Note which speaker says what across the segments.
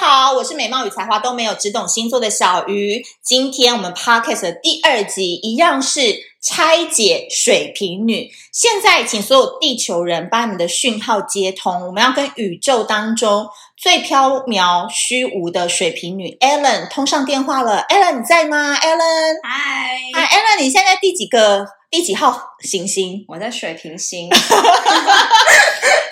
Speaker 1: 好，我是美貌与才华都没有，只懂星座的小鱼。今天我们 podcast 的第二集一样是拆解水瓶女。现在，请所有地球人把你们的讯号接通，我们要跟宇宙当中最缥缈虚无的水瓶女 Ellen 通上电话了。Ellen 你在吗？Ellen，
Speaker 2: 嗨，
Speaker 1: 嗨，Ellen 你现在第几个？第几号行星？
Speaker 2: 我在水瓶星，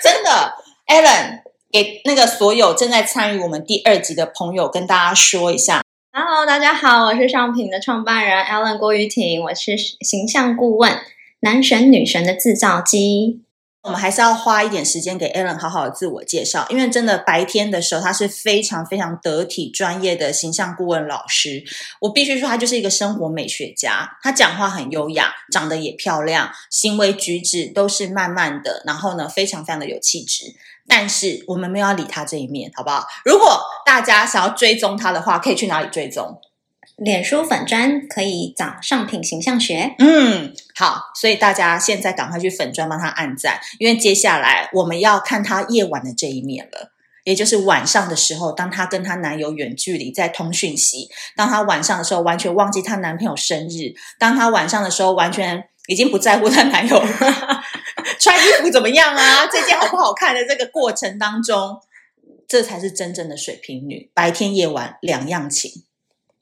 Speaker 1: 真的，Ellen 给那个所有正在参与我们第二集的朋友跟大家说一下，
Speaker 2: Hello，大家好，我是商品的创办人 Alan 郭玉婷，我是形象顾问，男神女神的制造机。
Speaker 1: 我们还是要花一点时间给 Ellen 好好的自我介绍，因为真的白天的时候他是非常非常得体、专业的形象顾问老师。我必须说，他就是一个生活美学家。他讲话很优雅，长得也漂亮，行为举止都是慢慢的，然后呢，非常非常的有气质。但是我们没有要理他这一面，好不好？如果大家想要追踪他的话，可以去哪里追踪？
Speaker 2: 脸书粉砖可以找上品形象学，
Speaker 1: 嗯，好，所以大家现在赶快去粉砖帮他按赞，因为接下来我们要看他夜晚的这一面了。也就是晚上的时候，当她跟她男友远距离在通讯息，当她晚上的时候完全忘记她男朋友生日，当她晚上的时候完全已经不在乎她男友穿衣服怎么样啊，这件好不好看的这个过程当中，这才是真正的水瓶女，白天夜晚两样情。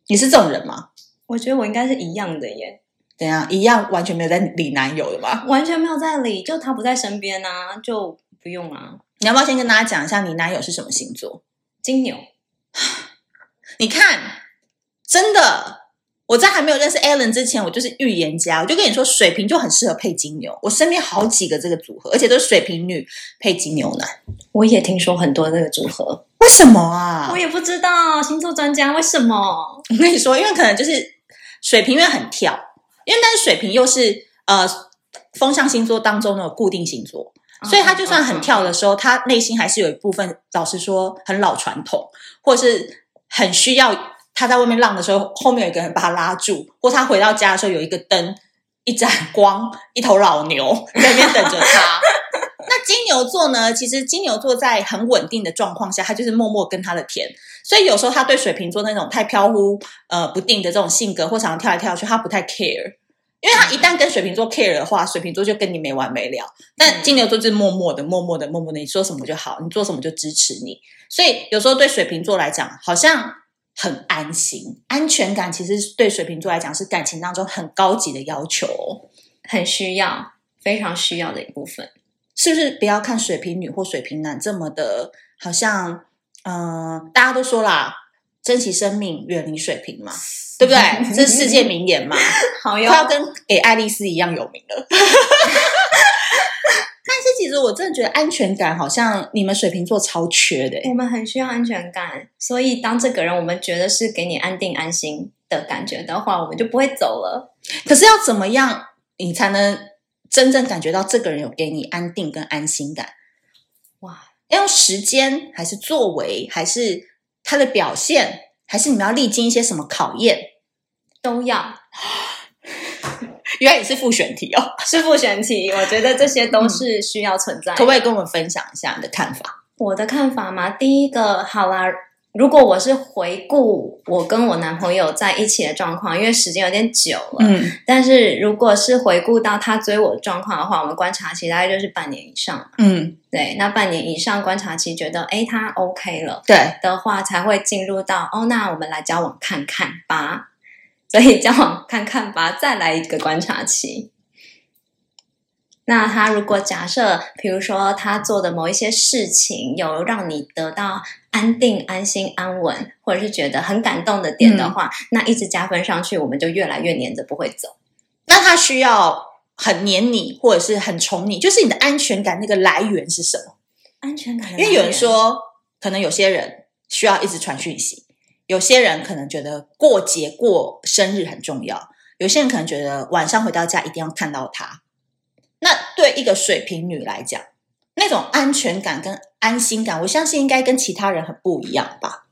Speaker 1: 你是这种人吗？
Speaker 2: 我觉得我应该是一样的耶，
Speaker 1: 怎样？一样完全没有在理男友的吧？
Speaker 2: 完全没有在理，就他不在身边啊，就不用啊。
Speaker 1: 你要不要先跟大家讲一下你男友是什么星座？
Speaker 2: 金牛，
Speaker 1: 你看，真的，我在还没有认识 Alan 之前，我就是预言家，我就跟你说，水瓶就很适合配金牛。我身边好几个这个组合，而且都是水瓶女配金牛男，
Speaker 2: 我也听说很多这个组合，
Speaker 1: 为什么啊
Speaker 2: 我？也不知道星座专家为什么。
Speaker 1: 我跟你说，因为可能就是水瓶因为很跳，因为但是水瓶又是呃风象星座当中的固定星座，所以他就算
Speaker 2: 嗯
Speaker 1: 很跳的时候，他内心还是有一部分，老实说很老传统，或是很需要他在外面浪的时候，后面有一个人把他拉住，或他回到家的时候有一个灯、一盏 光、一头老牛在那边等着他。那金牛座呢？其实金牛座在很稳定的状况下，他就是默默跟他的甜，所以有时候他对水瓶座那种太飘忽、呃不定的这种性格，或常常跳来跳去，他不太 care。因为他一旦跟水瓶座 care 的话，水瓶座就跟你没完没了。但金牛座就是默默的、默默的、默默的，你说什么就好，你做什么就支持你。所以有时候对水瓶座来讲，好像很安心，安全感其实对水瓶座来讲是感情当中很高级的要求、哦，
Speaker 2: 很需要，非常需要的一部分。
Speaker 1: 是不是？不要看水瓶女或水瓶男这么的，好像嗯、呃大家都说啦，珍惜生命，远离水瓶嘛，对不 对？这是世界名言嘛。
Speaker 2: 好哟
Speaker 1: 快，要跟给爱丽丝一样有名了。 但是其实我真的觉得安全感好像你们水瓶座超缺的欸、
Speaker 2: 我们很需要安全感，所以当这个人我们觉得是给你安定安心的感觉的话，我们就不会走了。
Speaker 1: 可是要怎么样你才能真正感觉到这个人有给你安定跟安心感？
Speaker 2: 哇，
Speaker 1: 要用时间，还是作为，还是他的表现，还是你们要历经一些什么考验？
Speaker 2: 都要
Speaker 1: 原来你是复选题哦，
Speaker 2: 是复选题，我觉得这些都是需要存在的。
Speaker 1: 可不可以跟我们分享一下你的看法？
Speaker 2: 我的看法嘛，第一个好啦，如果我是回顾我跟我男朋友在一起的状况，因为时间有点久了，
Speaker 1: 嗯
Speaker 2: 但是如果是回顾到他追我的状况的话，我们观察期大概就是半年以上。
Speaker 1: 嗯，
Speaker 2: 对，那半年以上观察期，觉得诶他 OK 了。
Speaker 1: 对，
Speaker 2: 的话，才会进入到哦，那我们来交往看看吧。 所以交往看看吧，再来一个观察期。那他如果假设，比如说他做的某一些事情有让你得到安定、安心、安稳，或者是觉得很感动的点的话，那一直加分上去，我们就越来越黏着不会走。
Speaker 1: 那他需要很黏你，或者是很宠你，就是你的安全感那个来源是什么？
Speaker 2: 安全感的来源，
Speaker 1: 因为有人说，可能有些人需要一直传讯息，有些人可能觉得过节过生日很重要，有些人可能觉得晚上回到家一定要看到他。那对一个水瓶女来讲，那种安全感跟安心感，我相信应该跟其他人很不一样吧？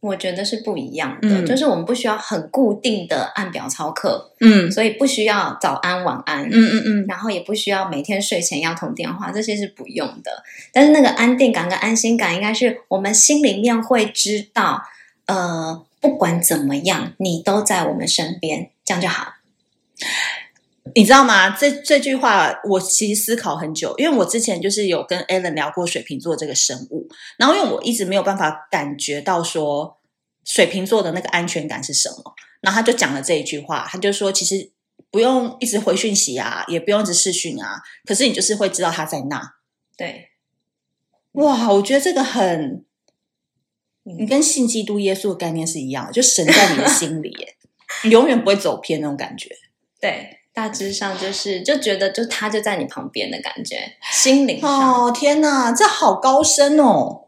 Speaker 2: 我觉得是不一样的，
Speaker 1: 嗯
Speaker 2: 就是我们不需要很固定的按表操课，
Speaker 1: 嗯
Speaker 2: 所以不需要早安晚安，
Speaker 1: 嗯嗯嗯，
Speaker 2: 然后也不需要每天睡前要通电话，这些是不用的。但是那个安定感跟安心感，应该是我们心里面会知道，呃，不管怎么样，你都在我们身边，这样就好。
Speaker 1: 你知道吗？这这句话我其实思考很久，因为我之前就是有跟 Alan 聊过水瓶座这个生物，然后因为我一直没有办法感觉到说水瓶座的那个安全感是什么，然后他就讲了这一句话，他就说其实不用一直回讯息啊，也不用一直视讯啊，可是你就是会知道他在那。
Speaker 2: 对，
Speaker 1: 哇，我觉得这个很，你
Speaker 2: 嗯，
Speaker 1: 跟信基督耶稣的概念是一样的，就神在你的心里 耶，你永远不会走偏那种感觉。
Speaker 2: 对，大致上就是就觉得就他就在你旁边的感觉，心灵上。
Speaker 1: 哦，天哪，这好高深哦。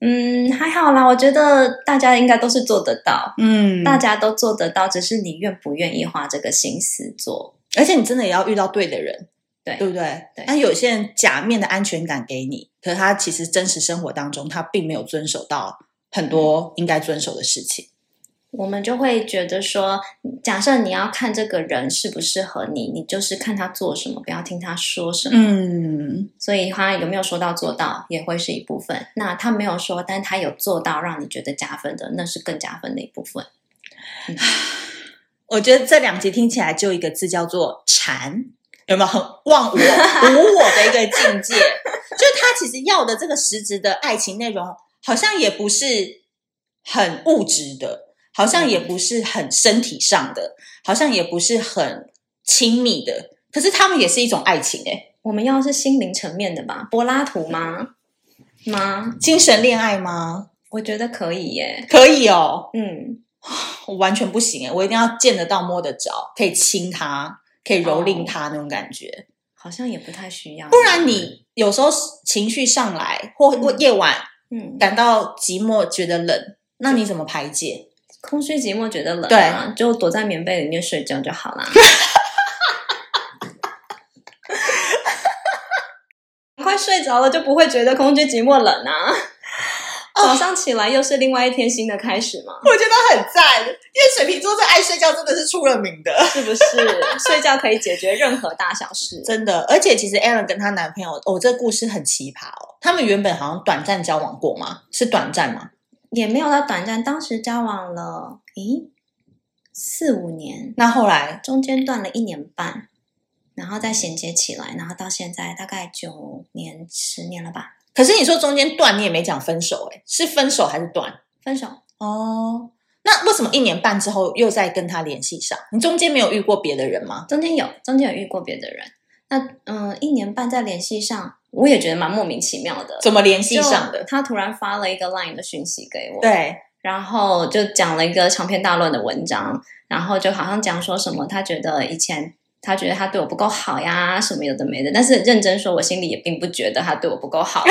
Speaker 2: 嗯，还好啦，我觉得大家应该都是做得到，
Speaker 1: 嗯
Speaker 2: 大家都做得到，只是你愿不愿意花这个心思做。
Speaker 1: 而且你真的也要遇到对的人，
Speaker 2: 对
Speaker 1: 对不对？
Speaker 2: 对
Speaker 1: 但有些人假面的安全感给你，可是他其实真实生活当中他并没有遵守到很多应该遵守的事情。
Speaker 2: 我们就会觉得说，假设你要看这个人适不适合你，你就是看他做什么，不要听他说什么。
Speaker 1: 嗯，
Speaker 2: 所以他有没有说到做到，也会是一部分。那他没有说，但他有做到，让你觉得加分的，那是更加分的一部分。
Speaker 1: 我觉得这两集听起来就一个字叫做“馋”，有没有很忘我、无我的一个境界？就是他其实要的这个实质的爱情内容，好像也不是很物质的，好像也不是很身体上的，好像也不是很亲密的。可是他们也是一种爱情、欸，诶，
Speaker 2: 我们要是心灵层面的吧，柏拉图吗？吗？
Speaker 1: 精神恋爱吗？
Speaker 2: 我觉得可以耶。
Speaker 1: 可以哦，
Speaker 2: 嗯，
Speaker 1: 我完全不行诶、欸我一定要见得到、摸得着，可以亲他，可以蹂躏他那种感觉。
Speaker 2: 好像也不太需要。
Speaker 1: 不然你有时候情绪上来，或或
Speaker 2: 嗯
Speaker 1: 夜晚
Speaker 2: 嗯，
Speaker 1: 感到寂寞、觉得冷，那你怎么排解？
Speaker 2: 空虚寂寞觉得冷、啊，对，就躲在棉被里面睡觉就好 啦。快睡着了就不会觉得空虚寂寞冷啊！早上起来又是另外一天新的开始嘛，
Speaker 1: 我觉得很赞，因为水瓶座这爱睡觉真的是出了名的，
Speaker 2: 是不是？睡觉可以解决任何大小事。
Speaker 1: 真的。而且其实 Aaron 跟她男朋友，哦，这故事很奇葩哦。他们原本好像短暂交往过吗？是短暂吗？
Speaker 2: 也没有到短暂，当时交往了，咦，四五年，
Speaker 1: 那后来
Speaker 2: 中间断了一年半，然后再衔接起来，然后到现在大概九年、十年了吧，
Speaker 1: 可是你说中间断，你也没讲分手、欸，是分手还是断？
Speaker 2: 分手。
Speaker 1: 哦，那为什么一年半之后又再跟他联系上？你中间没有遇过别的人吗？
Speaker 2: 中间有中间有遇过别的人，那嗯、呃一年半在联系上，我也觉得蛮莫名其妙的。
Speaker 1: 怎么联系
Speaker 2: 就
Speaker 1: 上的？
Speaker 2: 他突然发了一个 LINE 的讯息给我，，
Speaker 1: 对，
Speaker 2: 然后就讲了一个长篇大论的文章，然后就好像讲说什么，他觉得以前他觉得他对我不够好呀，什么有的没的，但是认真说，我心里也并不觉得他对我不够 好。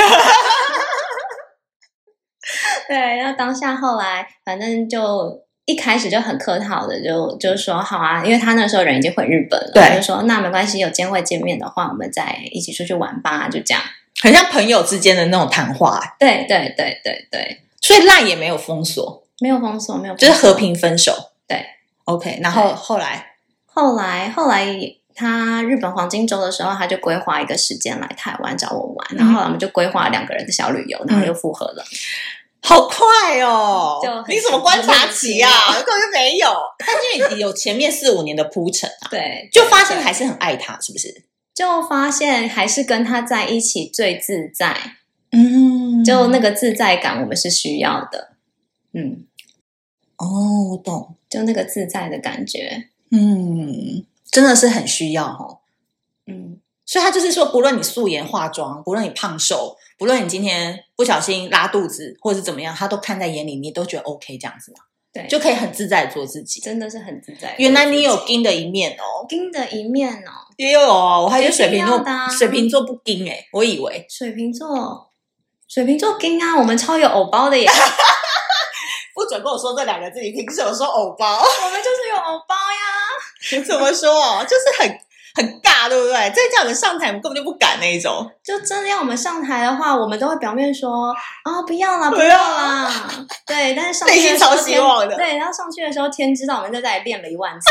Speaker 2: 对，然后当下后来，反正就一开始就很客套的，就就说好啊，因为他那时候人已经回日本了，
Speaker 1: 对
Speaker 2: 就说那没关系，有机会见面的话，我们再一起出去玩吧，就这样。
Speaker 1: 很像朋友之间的那种谈话、欸
Speaker 2: 对对对对对，
Speaker 1: 所以赖也没有封锁，
Speaker 2: 没有封锁，没有
Speaker 1: 就是
Speaker 2: 封锁
Speaker 1: 和平分手。
Speaker 2: 对
Speaker 1: ，OK。然后
Speaker 2: 对
Speaker 1: 后来，
Speaker 2: 后来后来他日本黄金周的时候，他就规划一个时间来台湾找我玩，
Speaker 1: 嗯
Speaker 2: 然后我们就规划两个人的小旅游，然后又复合了。
Speaker 1: 好快哦
Speaker 2: 就！很
Speaker 1: 你怎么观察期啊
Speaker 2: 很莫名其？
Speaker 1: 根本就没有。但因为你有前面四五年的铺陈 啊，
Speaker 2: 对，
Speaker 1: 就发现还是很爱他，是不是？
Speaker 2: 就发现还是跟他在一起最自在，
Speaker 1: 嗯
Speaker 2: 就那
Speaker 1: 个
Speaker 2: 个自在感我们是需要的，嗯，
Speaker 1: 哦，我懂，
Speaker 2: 就那个自在的感觉，
Speaker 1: 嗯，真的是很需要哦。
Speaker 2: 嗯，
Speaker 1: 所以他就是说，不论你素颜化妆，不论你胖瘦，不论你今天不小心拉肚子或者是怎么样，他都看在眼里，你都觉得 OK 这样子嘛，
Speaker 2: 对，
Speaker 1: 就可以很自在地做自己。
Speaker 2: 真的是很自在。
Speaker 1: 原来你有硬的一面哦，
Speaker 2: 盯的一面哦，
Speaker 1: 也有哦，我还以为水瓶
Speaker 2: 一定要
Speaker 1: 座
Speaker 2: 的啊，
Speaker 1: 水瓶座不硬诶，我以为
Speaker 2: 水瓶座，水瓶座盯啊，我们超有偶包的耶。
Speaker 1: 不准跟我说这两个 字，你凭什么说偶包？
Speaker 2: 我们就是有偶包呀。
Speaker 1: 怎么说？就是很很尬，对不对？再叫我们上台，我们根本就不敢那一种。
Speaker 2: 就真的要我们上台的话，我们都会表面说啊，不要啦，
Speaker 1: 不
Speaker 2: 不
Speaker 1: 要
Speaker 2: 要啦，对。但是上去
Speaker 1: 内心
Speaker 2: 的时候
Speaker 1: 超希望的
Speaker 2: 天对。然后上去的时候，天知道我们在这里练了一万次，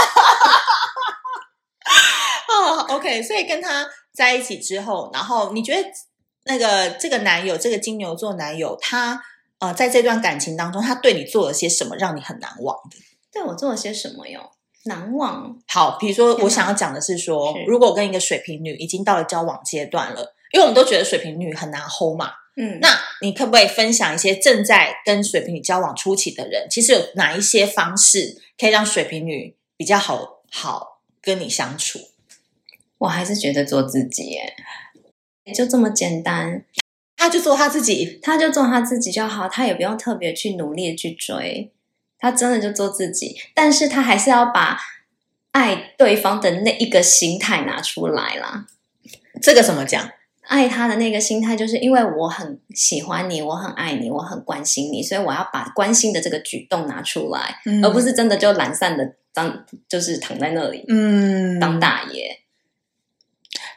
Speaker 1: 哦，OK，所以跟他在一起之后，然后你觉得那个这个男友，这个金牛座男友，他呃，在这段感情当中，他对你做了些什么让你很难忘的？
Speaker 2: 对我做了些什么哟？难忘嗯
Speaker 1: 好，比如说
Speaker 2: 天
Speaker 1: 我
Speaker 2: 哪
Speaker 1: 想要讲的是说，
Speaker 2: 是
Speaker 1: 如果我跟一个水瓶女已经到了交往阶段了，因为我们都觉得水瓶女很难 hold 嘛，
Speaker 2: 嗯，
Speaker 1: 那你可不可以分享一些正在跟水瓶女交往初期的人，其实有哪一些方式可以让水瓶女比较好好跟你相处？
Speaker 2: 我还是觉得做自己耶，就这么简单。
Speaker 1: 她就做她自己，
Speaker 2: 他就做他自己就好，他也不用特别去努力地去追，他真的就做自己。但是他还是要把爱对方的那一个心态拿出来啦。
Speaker 1: 这个怎么讲？
Speaker 2: 爱他的那个心态，就是因为我很喜欢你，我很爱你，我很关心你，所以我要把关心的这个举动拿出来，
Speaker 1: 嗯
Speaker 2: 而不是真的就懒散的当就是躺在那里
Speaker 1: 嗯
Speaker 2: 当大爷。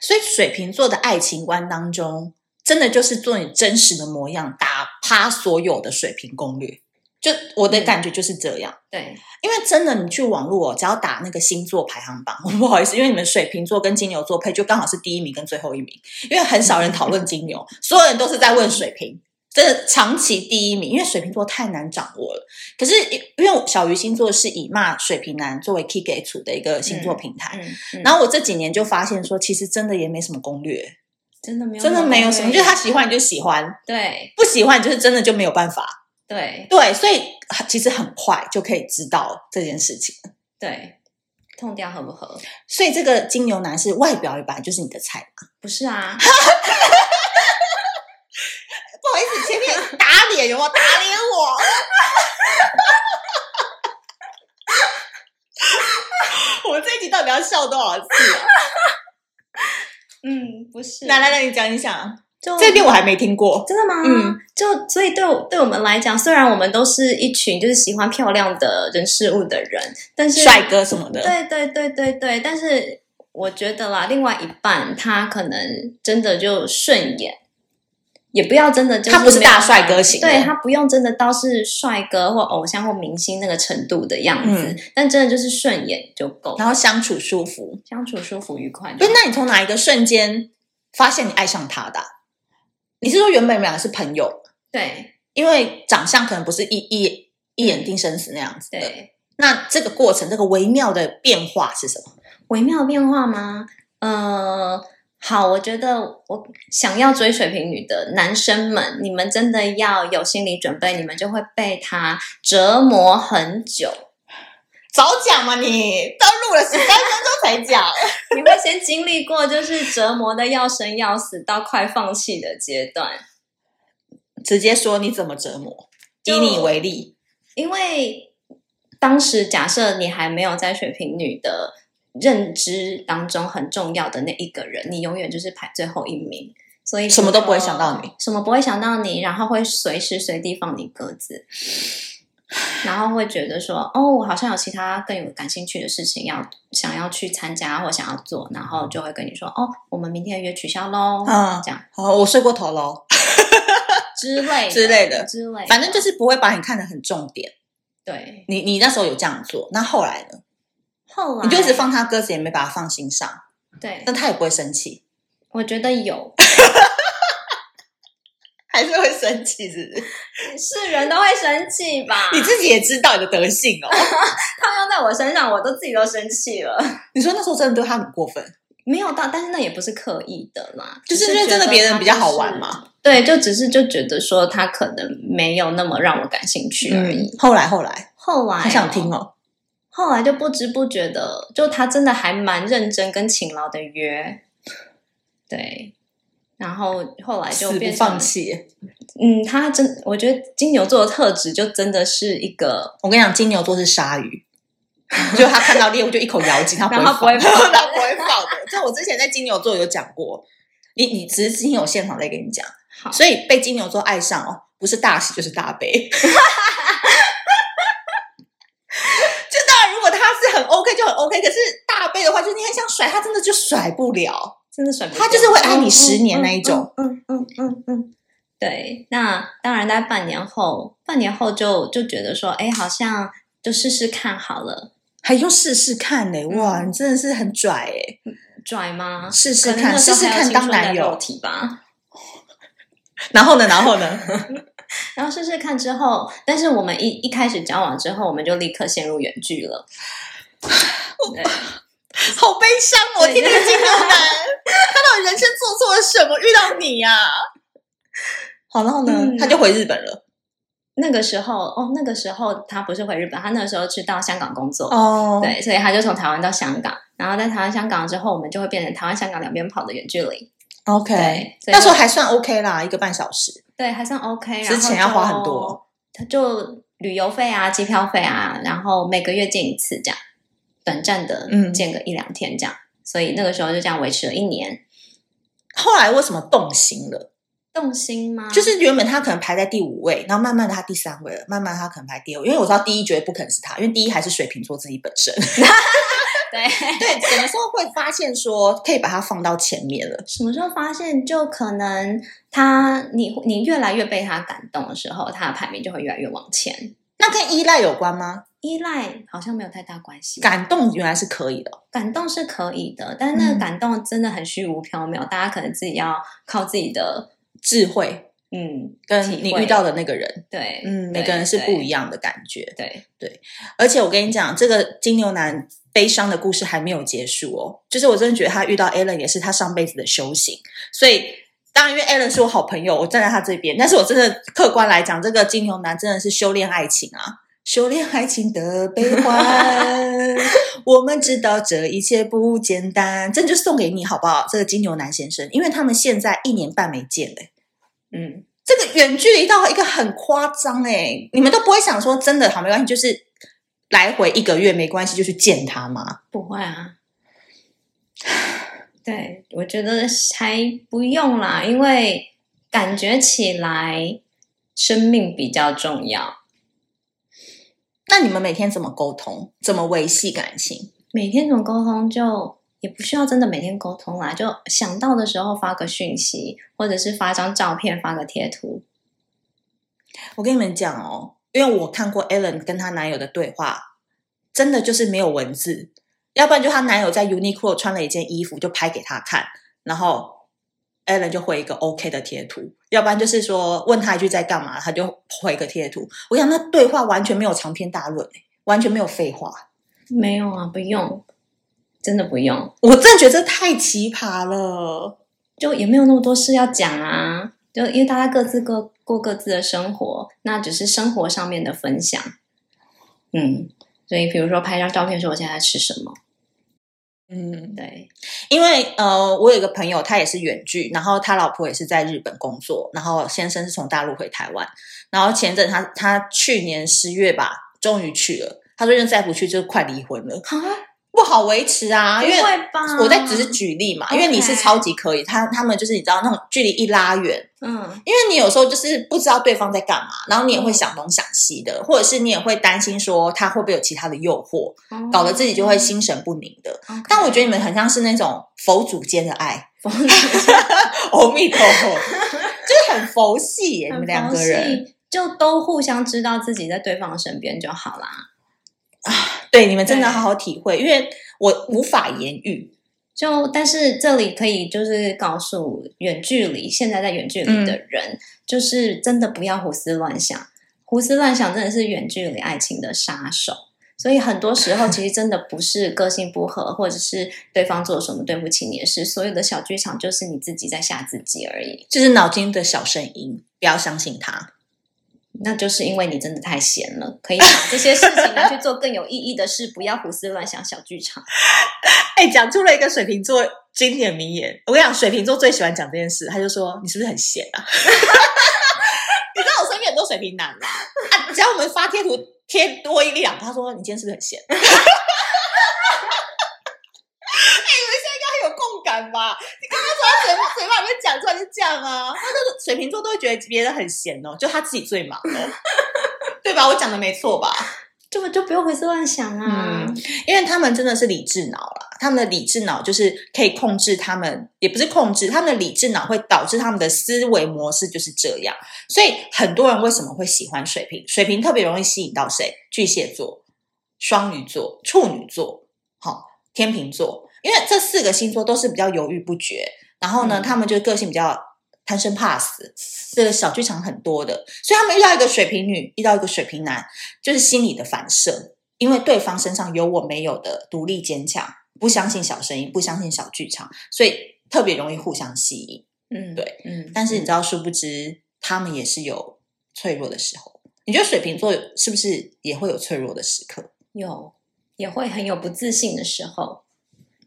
Speaker 1: 所以水瓶座的爱情观当中，真的就是做你真实的模样，打趴所有的水瓶攻略。就我
Speaker 2: 嗯
Speaker 1: 的感觉就是这样，
Speaker 2: 对，
Speaker 1: 因为真的，你去网络、哦，只要打那个星座排行榜，我 不好意思，因为你们水瓶座跟金牛座配，就刚好是第一名跟最后一名，因为很少人讨论金牛，所有人都是在问水瓶，真的长期第一名，因为水瓶座太难掌握了。可是因为小鱼星座是以骂水瓶男作为 key 给出的一个星座平台，
Speaker 2: 嗯，
Speaker 1: 然
Speaker 2: 后
Speaker 1: 后我这几年就发现说，其实真的也没什么攻略，
Speaker 2: 真的没有，
Speaker 1: 真的没有什么，就是他喜欢你就喜欢，
Speaker 2: 对
Speaker 1: 不喜欢就是真的就没有办法。
Speaker 2: 对
Speaker 1: 对，所以其实很快就可以知道这件事情。
Speaker 2: 对，痛掉合不合？
Speaker 1: 所以这个金牛男是外表一般就是你的菜。
Speaker 2: 不是啊，
Speaker 1: 不好意思，前面打脸有没有打脸我？ 我这一集到底要笑多少次、啊？
Speaker 2: 嗯，不是。嗯
Speaker 1: 来来，来，你讲一讲，
Speaker 2: 就
Speaker 1: 这边我还没听过。
Speaker 2: 真的吗？
Speaker 1: 嗯，
Speaker 2: 就所以对我对我们来讲，虽然我们都是一群就是喜欢漂亮的人事物的人，但是
Speaker 1: 帅哥什么 的，
Speaker 2: 对对对对对，但是我觉得啦，另外一半他可能真的就顺眼，也不要真的就是
Speaker 1: 他不是
Speaker 2: 没有
Speaker 1: 大帅哥型的
Speaker 2: 对他不用真的到是帅哥或偶像或明星那个程度的样子，
Speaker 1: 嗯
Speaker 2: 但真的就是顺眼就够，
Speaker 1: 然后相处舒服。
Speaker 2: 相处舒服愉快就
Speaker 1: 对，。那你从哪一个瞬间发现你爱上他的啊、你是说原本你们俩是朋友，
Speaker 2: 对
Speaker 1: 因为长相可能不是一一一眼定生死那样子的。
Speaker 2: 对，
Speaker 1: 那这个过程，这个微妙的变化是什么？
Speaker 2: 微妙的变化吗？呃，好，我觉得我想要追水瓶女的男生们，你们真的要有心理准备，你们就会被他折磨很久。
Speaker 1: 早讲嘛你，都录了十三分钟才讲。
Speaker 2: 你会先经历过就是折磨的要生要死到快放弃的阶段，
Speaker 1: 直接说你怎么折磨？以
Speaker 2: 就
Speaker 1: 你为例，
Speaker 2: 因为当时假设你还没有在水瓶女的认知当中很重要的那一个人，你永远就是排最后一名，所以
Speaker 1: 什么都不会想到你，
Speaker 2: 什么不会想到你，然后会随时随地放你鸽子，然后会觉得说，哦，我好像有其他更有感兴趣的事情要想要去参加或想要做，然后就会跟你说，哦，我们明天约取消喽，
Speaker 1: 嗯
Speaker 2: 这样
Speaker 1: 好，我睡过头喽。
Speaker 2: 之类的
Speaker 1: 之类的
Speaker 2: 之类的，
Speaker 1: 反正就是不会把你看得很重点。
Speaker 2: 对。
Speaker 1: 你你那时候有这样做，那后来呢？
Speaker 2: 后来
Speaker 1: 你就一直放他鸽子，也没把他放心上，
Speaker 2: 对，
Speaker 1: 但他也不会生气。
Speaker 2: 我觉得有，
Speaker 1: 还是会生气，是不是？
Speaker 2: 是人都会生气吧？
Speaker 1: 你自己也知道你的德性 哦。
Speaker 2: 套用在我身上，我都自己都生气了。
Speaker 1: 你说那时候真的对他很过分，
Speaker 2: 没有到，但是那也不是刻意的啦，
Speaker 1: 就是
Speaker 2: 只
Speaker 1: 因为真的
Speaker 2: 觉得
Speaker 1: 别人
Speaker 2: 他
Speaker 1: 比较
Speaker 2: 就
Speaker 1: 好
Speaker 2: 是
Speaker 1: 玩。嘛。
Speaker 2: 对，就只是就觉得说他可能没有那么让我感兴趣而已。
Speaker 1: 嗯，后来后来，
Speaker 2: 后来、
Speaker 1: 很想听，哦。
Speaker 2: 后来就不知不觉的，就他真的还蛮认真跟勤劳的约，对。然后后来就
Speaker 1: 死不
Speaker 2: 变成
Speaker 1: 放弃。
Speaker 2: 嗯，他真，我觉得金牛座的特质就真的是一个，
Speaker 1: 我跟你讲，金牛座是鲨鱼，就他看到猎物就一口咬紧，他不
Speaker 2: 然后
Speaker 1: 会
Speaker 2: 不会
Speaker 1: 放，
Speaker 2: 放
Speaker 1: 他不会放的。这我之前在金牛座有讲过，你你只是金牛现场在跟你讲，
Speaker 2: 好
Speaker 1: 所以被金牛座爱上哦，不是大喜就是大悲。 就当然，如果他是很 OK 就很 OK，可是大悲杯的话，就是你很想甩他，真的就甩不了，
Speaker 2: 真的甩不掉，
Speaker 1: 他就是会爱你十年那一种。
Speaker 2: 嗯嗯嗯嗯嗯，对。那当然，在半年后，半年后就就觉得说，哎，好像就试试看好了，
Speaker 1: 还用试试看呢、哇，
Speaker 2: 嗯
Speaker 1: 你真的是很拽哎、
Speaker 2: 拽吗？
Speaker 1: 试试
Speaker 2: 可能
Speaker 1: 看，
Speaker 2: 那时
Speaker 1: 试
Speaker 2: 候
Speaker 1: 试
Speaker 2: 还有
Speaker 1: 看
Speaker 2: 青春
Speaker 1: 当
Speaker 2: 的
Speaker 1: 男
Speaker 2: 肉
Speaker 1: 友。
Speaker 2: 体吧。
Speaker 1: 然后呢，然后呢？
Speaker 2: 然后试试看之后，但是我们一一开始交往之后，我们就立刻陷入远距了。对
Speaker 1: 好悲伤哦，我
Speaker 2: 对
Speaker 1: 听这个金牛 男，他到底人生做错了什么？遇到你啊呀、好，然后呢，
Speaker 2: 嗯
Speaker 1: 他就回日本了。
Speaker 2: 那个时候，哦，那个时候他不是回日本，他那个时候去到香港工作。
Speaker 1: 哦，
Speaker 2: 对，所以他就从台湾到香港，然后在台湾、香港之后，我们就会变成台湾、香港两边跑的远距离。
Speaker 1: ，OK，
Speaker 2: 对，所以
Speaker 1: 那时候还算 OK 啦，一个半小时。
Speaker 2: 对还算 OK，然
Speaker 1: 之
Speaker 2: 后
Speaker 1: 前要花很
Speaker 2: 就
Speaker 1: 多，
Speaker 2: 他就旅游费啊、机票费啊，然后每个月见一次这样，短暂的
Speaker 1: 嗯
Speaker 2: 见个一两天这样，所以那个时候就这样维持了一年。
Speaker 1: 后来为什么动心了？
Speaker 2: 动心吗？
Speaker 1: 就是原本他可能排在第五位，然后慢慢的他第三位了，慢慢地他可能排第二位，因为我知道第一绝对不可能是他，因为第一还是水瓶座自己本身。
Speaker 2: 对，
Speaker 1: 对，什么时候会发现说可以把它放到前面了？
Speaker 2: 什么时候发现就可能他你你越来越被他感动的时候，他的排名就会越来越往前。
Speaker 1: 那跟依赖有关吗？
Speaker 2: 依赖好像没有太大关系，
Speaker 1: 感动原来是可以的哦，
Speaker 2: 感动是可以的，但是那
Speaker 1: 嗯
Speaker 2: 个感动真的很虚无缥缈，大家可能自己要靠自己的
Speaker 1: 智慧
Speaker 2: 嗯，体
Speaker 1: 跟你
Speaker 2: 会
Speaker 1: 遇到的那个人。
Speaker 2: 对，
Speaker 1: 嗯，
Speaker 2: 对
Speaker 1: 每个人是不一
Speaker 2: 样，
Speaker 1: 样的感觉。
Speaker 2: 对，
Speaker 1: 而且我跟你讲，这个金牛男悲伤的故事还没有结束哦。就是我真的觉得他遇到 Alan 也是他上辈子的修行，所以。当然，因为 Alan 是我好朋友，我站在他这边。但是我真的客观来讲，这个金牛男真的是修炼爱情啊，修炼爱情的悲欢。 我们知道这一切不简单，这就送给你好不好？这个金牛男先生，因为他们现在一年半没见了。
Speaker 2: 嗯，
Speaker 1: 这个远距离到一个很夸张哎，你们都不会想说真的好没关系，就是来回一个月没关系，就去见他吗？
Speaker 2: 不 会啊。对，我觉得还不用啦，因为感觉起来生命比较重要。
Speaker 1: 那你们每天怎么沟通？怎么维系感情？
Speaker 2: 每天怎么沟通就也不需要真的每天沟通啦，就想到的时候发个讯息，或者是发张照片，发个贴图，
Speaker 1: 我跟你们讲哦，因为我看过 Ellen 跟她男友的对话，真的就是没有文字，要不然就她男友在 Uniqlo 穿了一件衣服就拍给她看，然后 Ellen 就回一个 OK 的贴图，要不然就是说问她一句在干嘛，她就回个贴图。我想那对话完全没有长篇大论、欸完全没有废话。
Speaker 2: 没有啊，不用，真的不用。
Speaker 1: 我真的觉得这太奇葩了。
Speaker 2: 就也没有那么多事要讲啊，就因为大家各自各过各自的生活，那只是生活上面的分享。嗯，所以比如说拍张照片说我现在在吃什么，
Speaker 1: 嗯，
Speaker 2: 对，
Speaker 1: 因为呃，我有一个朋友，他也是远距，然后他老婆也是在日本工作，然后先生是从大陆回台湾，然后前阵他他去年十月吧，终于去了，他说因为再不去就快离婚了，
Speaker 2: 啊，
Speaker 1: 不好维持啊，因为
Speaker 2: 不会吧？
Speaker 1: 我在只是举例嘛，因为你是
Speaker 2: OK
Speaker 1: 超级可以，他他们就是你知道那种距离一拉远，
Speaker 2: 嗯
Speaker 1: 因为你有时候就是不知道对方在干嘛，然后你也会想东想西的，或者是你也会担心说他会不会有其他的诱惑，搞得自己就会心神不宁的。
Speaker 2: 哦 OK。
Speaker 1: 但我觉 得你们很像是那种佛祖间的爱，
Speaker 2: 佛
Speaker 1: 阿弥陀佛，就是很佛系耶，你们两个人。
Speaker 2: 就都互相知道自己在对方的身边就好啦。
Speaker 1: 对，你们真的
Speaker 2: 对
Speaker 1: 好好体会，因为我无法言喻。
Speaker 2: 就但是这里可以就是告诉远距离现在在远距离
Speaker 1: 嗯
Speaker 2: 的人，就是真的不要胡思乱想，胡思乱想真的是远距离爱情的杀手。所以很多时候，其实真的不是个性不合，或者是对方做了什么对不起你的事，所有的小剧场就是你自己在吓自己而已。
Speaker 1: 就是脑筋的小声音，不要相信他。
Speaker 2: 那就是因为你真的太闲了，可以把这些事情拿去做更有意义的事，不要胡思乱想小剧场。
Speaker 1: 哎，讲出了一个水瓶座经典名言。我跟你讲，水瓶座最喜欢讲这件事，他就说：“你是不是很闲啊？” 你知道我身边很多水瓶男嘛？啊，只要我们发贴图贴多一两，他说：“你今天是不是很闲？” 哎，你们现在应该很有共感吧？你刚刚从他嘴嘴巴里面讲出来就这样啊，他都是水瓶座 都会觉得别人很闲哦，就他自己最忙哦，对吧？我讲的没错吧？
Speaker 2: 根本就不用胡思乱想啊。
Speaker 1: 嗯因为他们真的是理智脑了，他们的理智脑就是可以控制他们，也不是控制，他们的理智脑会导致他们的思维模式就是这样。所以很多人为什么会喜欢水瓶？水瓶特别容易吸引到谁？巨蟹座、双鱼座、处女座，好、天秤座，因为这四个星座都是比较犹豫不决，然后呢，
Speaker 2: 嗯
Speaker 1: 他们就个性比较。贪生怕死，这个小剧场很多的，所以他们遇到一个水瓶女，遇到一个水瓶男，就是心理的反射。因为对方身上有我没有的独立坚强，不相信小声音，不相信小剧场，所以特别容易互相吸引。
Speaker 2: 嗯，
Speaker 1: 对，
Speaker 2: 嗯，
Speaker 1: 但是你知道，殊不知他们也是有脆弱的时候。你觉得水瓶座有是不是也会有脆弱的时刻？
Speaker 2: 有也会很有不自信的时候，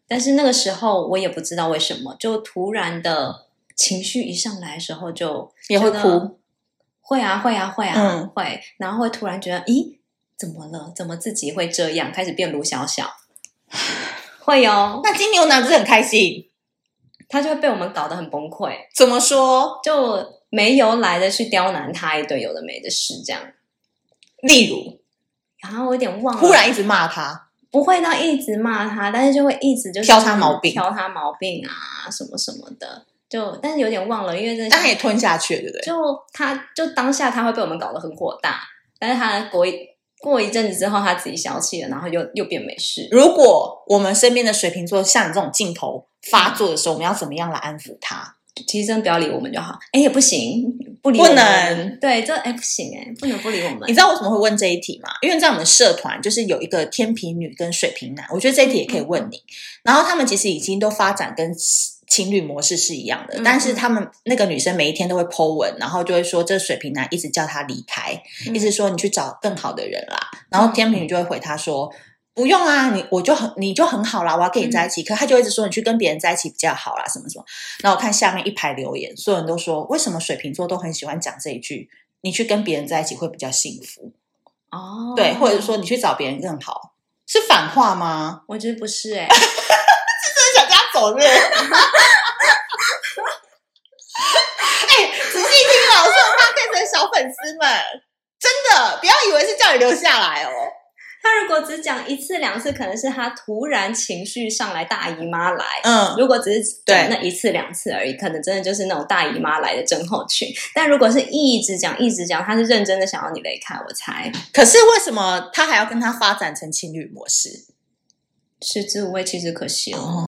Speaker 2: 但是那个时候我也不知道为什么，就突然的情绪一上来的时候就
Speaker 1: 也会
Speaker 2: 觉得
Speaker 1: 哭，
Speaker 2: 会啊会啊会啊、
Speaker 1: 嗯
Speaker 2: 会，然后会突然觉得，咦，怎么了？怎么自己会这样？开始变卢小小，会哦，
Speaker 1: 那金牛男不是很开心？
Speaker 2: 他就会被我们搞得很崩溃，
Speaker 1: 怎么说？
Speaker 2: 就没由来的去刁难他一堆有的没的事这样。
Speaker 1: 例如，
Speaker 2: 然后我有点忘了，
Speaker 1: 忽然一直骂他，
Speaker 2: 不会到一直骂他，但是就会一直就是
Speaker 1: 挑他毛病
Speaker 2: 挑他毛病啊，什么什么的。就但是有点忘了，因为真的
Speaker 1: 但他也吞下去了，对不对？
Speaker 2: 就他就当下他会被我们搞得很火大，但是他过一过一阵子之后，他自己消气了，然后又又变没事。
Speaker 1: 如果我们身边的水瓶座像你这种镜头发作的时候，我们要怎么样来安抚他？
Speaker 2: 其实真的不要理我们就好。哎，也不行，不理
Speaker 1: 不
Speaker 2: 我们
Speaker 1: 能
Speaker 2: 对，这哎不行哎，不能不理我们
Speaker 1: 你。知道为什么会问这一题吗？因为在我们社团就是有一个天平女跟水瓶男，我觉得这一题也可以问
Speaker 2: 嗯
Speaker 1: 你。然后他们其实已经都发展跟情侣模式是一样的，
Speaker 2: 嗯
Speaker 1: 但是他们那个女生每一天都会 Po 文，然后就会说这水瓶男一直叫她离开，
Speaker 2: 嗯
Speaker 1: 一直说你去找更好的人啦。然后天平女就会回他说。不用啊，你我就很你就很好啦，我要跟你在一起。可他就一直说你去跟别人在一起比较好啦，什么什么。然后我看下面一排留言，所有人都说为什么水瓶座都很喜欢讲这一句，你去跟别人在一起会比较幸福。
Speaker 2: 哦，
Speaker 1: 对，或者说你去找别人更好，是反话吗？
Speaker 2: 我觉得不是 哎、
Speaker 1: 真想跟他走日？ 哎、仔细听哦老师，我怕变成小粉丝们，真的不要以为是叫你留下来哦。
Speaker 2: 他如果只讲一次两次，可能是他突然情绪上来大姨妈来。
Speaker 1: 嗯，
Speaker 2: 如果只是
Speaker 1: 对
Speaker 2: 讲那一次两次而已，可能真的就是那种大姨妈来的症候群。但如果是一直讲一直讲，他是认真的想要你离开，我猜
Speaker 1: 可是为什么他还要跟他发展成情侣模式？
Speaker 2: 食之无味，弃之可惜哦。，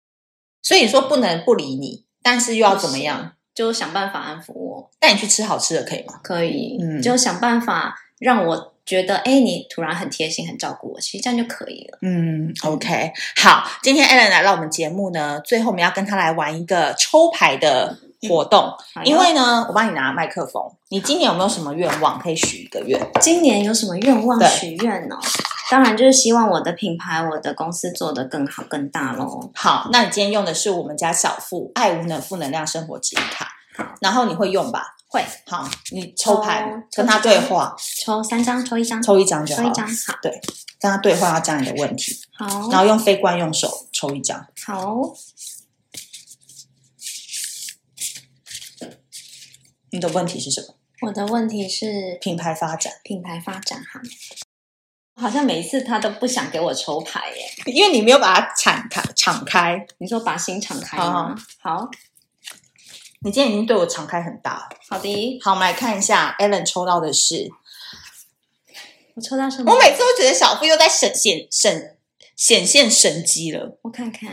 Speaker 1: 所以你说不能不理你，但是又要怎么样？
Speaker 2: 就想办法安抚我，
Speaker 1: 带你去吃好吃的可以吗？
Speaker 2: 可以，
Speaker 1: 嗯
Speaker 2: 就想办法让我觉得，哎、你突然很贴心，很照顾我，其实这样就可以了。
Speaker 1: 嗯，OK，好，今天 Alan 来到我们节目呢，最后我们要跟他来玩一个抽牌的活动。
Speaker 2: 嗯好
Speaker 1: 因为呢，我帮你拿麦克风。你今年有没有什么愿望可以许一个愿？
Speaker 2: 今年有什么愿望
Speaker 1: 对
Speaker 2: 许愿呢？当然就是希望我的品牌、我的公司做得更好、更大喽。
Speaker 1: 好，那你今天用的是我们家小富爱无能负能量生活指引卡，然后你会用吧？
Speaker 2: 会
Speaker 1: 好，你抽牌
Speaker 2: 哦抽
Speaker 1: 跟他对话，
Speaker 2: 抽三张，抽一张，
Speaker 1: 抽一张就好
Speaker 2: 抽一张，
Speaker 1: 了。
Speaker 2: 好
Speaker 1: 跟他对话要讲你的问题，
Speaker 2: 好
Speaker 1: 然后用非惯用手抽一张。
Speaker 2: 好，
Speaker 1: 你的问题是什么？
Speaker 2: 我的问题是
Speaker 1: 品牌发展，
Speaker 2: 品牌发展哈，好像每一次他都不想给我抽牌耶。
Speaker 1: 因为你没有把它敞开，敞开。
Speaker 2: 你说把心敞开吗？好
Speaker 1: 你今天已经对我敞开很大了。
Speaker 2: 好的，
Speaker 1: 好，我们来看一下 Alan 抽到的是
Speaker 2: 我抽到什么？
Speaker 1: 我每次都觉得小富又在显显显显现神机了。
Speaker 2: 我看看，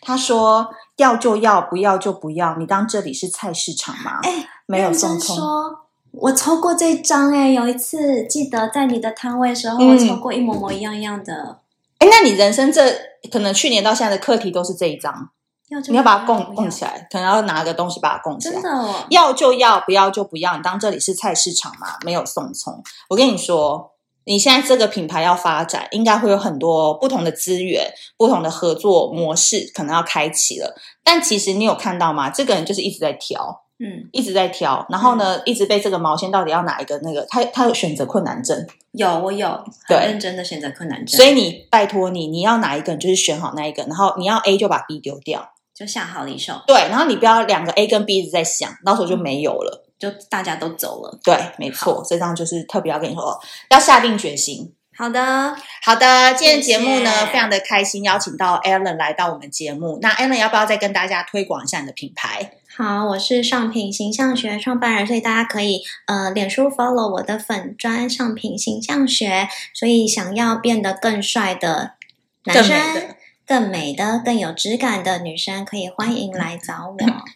Speaker 1: 他说要就要，不要就不要，你当这里是菜市场吗？
Speaker 2: 哎
Speaker 1: 没有
Speaker 2: 认
Speaker 1: 中
Speaker 2: 真
Speaker 1: 空。
Speaker 2: 说。我抽过这张哎、有一次记得在你的摊位的时候，
Speaker 1: 嗯
Speaker 2: 我抽过一模模一样样的。
Speaker 1: 哎，那你人生这可能去年到现在的课题都是这一张，
Speaker 2: 要就
Speaker 1: 你要把它
Speaker 2: 不要
Speaker 1: 供
Speaker 2: 不要
Speaker 1: 供起来，可能要拿个东西把它供起来
Speaker 2: 真。的哦，
Speaker 1: 要就要，不要就不要。你当这里是菜市场吗？没有送葱。我跟你说，你现在这个品牌要发展，应该会有很多不同的资源、不同的合作模式，可能要开启了。但其实你有看到吗？这个人就是一直在挑，
Speaker 2: 嗯，
Speaker 1: 一直在挑，然后呢，一直被这个毛线到底要哪一个那个，他他有选择困难症。
Speaker 2: 有我有
Speaker 1: 对
Speaker 2: 很认真的选择困难症，
Speaker 1: 所以你拜托你，你要哪一个，你就是选好那一个，然后你要 A 就把 B 丢掉，
Speaker 2: 就下好离手，
Speaker 1: 对，然后你不要两个 A 跟 B 一直在想，到时候就没有了。
Speaker 2: 就大家都走了。
Speaker 1: 哦对，没错，这张就是特别要跟你说，要下定决心，
Speaker 2: 好的，
Speaker 1: 好的，今天节目呢
Speaker 2: 谢谢
Speaker 1: 非常的开心，邀请到 Alan 来到我们节目。那 Alan 要不要再跟大家推广一下你的品牌？
Speaker 2: 好，我是上品形象学创办人，所以大家可以呃，脸书 follow 我的粉专上品形象学。所以想要变得更帅的男
Speaker 1: 更
Speaker 2: 生、
Speaker 1: 美的。
Speaker 2: 更美的、更有质感的女生，可以欢迎来找 我。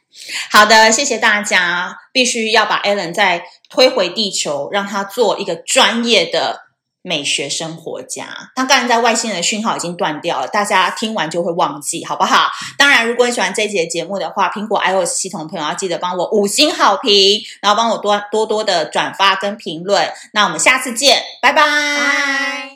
Speaker 1: 好的，谢谢大家，必须要把 Alan 再推回地球，让他做一个专业的美学生活家。他刚才在外星人的讯号已经断掉了，大家听完就会忘记，好不好？当然，如果你喜欢这一节节目的话，苹果 iOS 系统的朋友要记得帮我五星好评，然后帮我多多多的转发跟评论。那我们下次见，拜拜。
Speaker 2: 拜。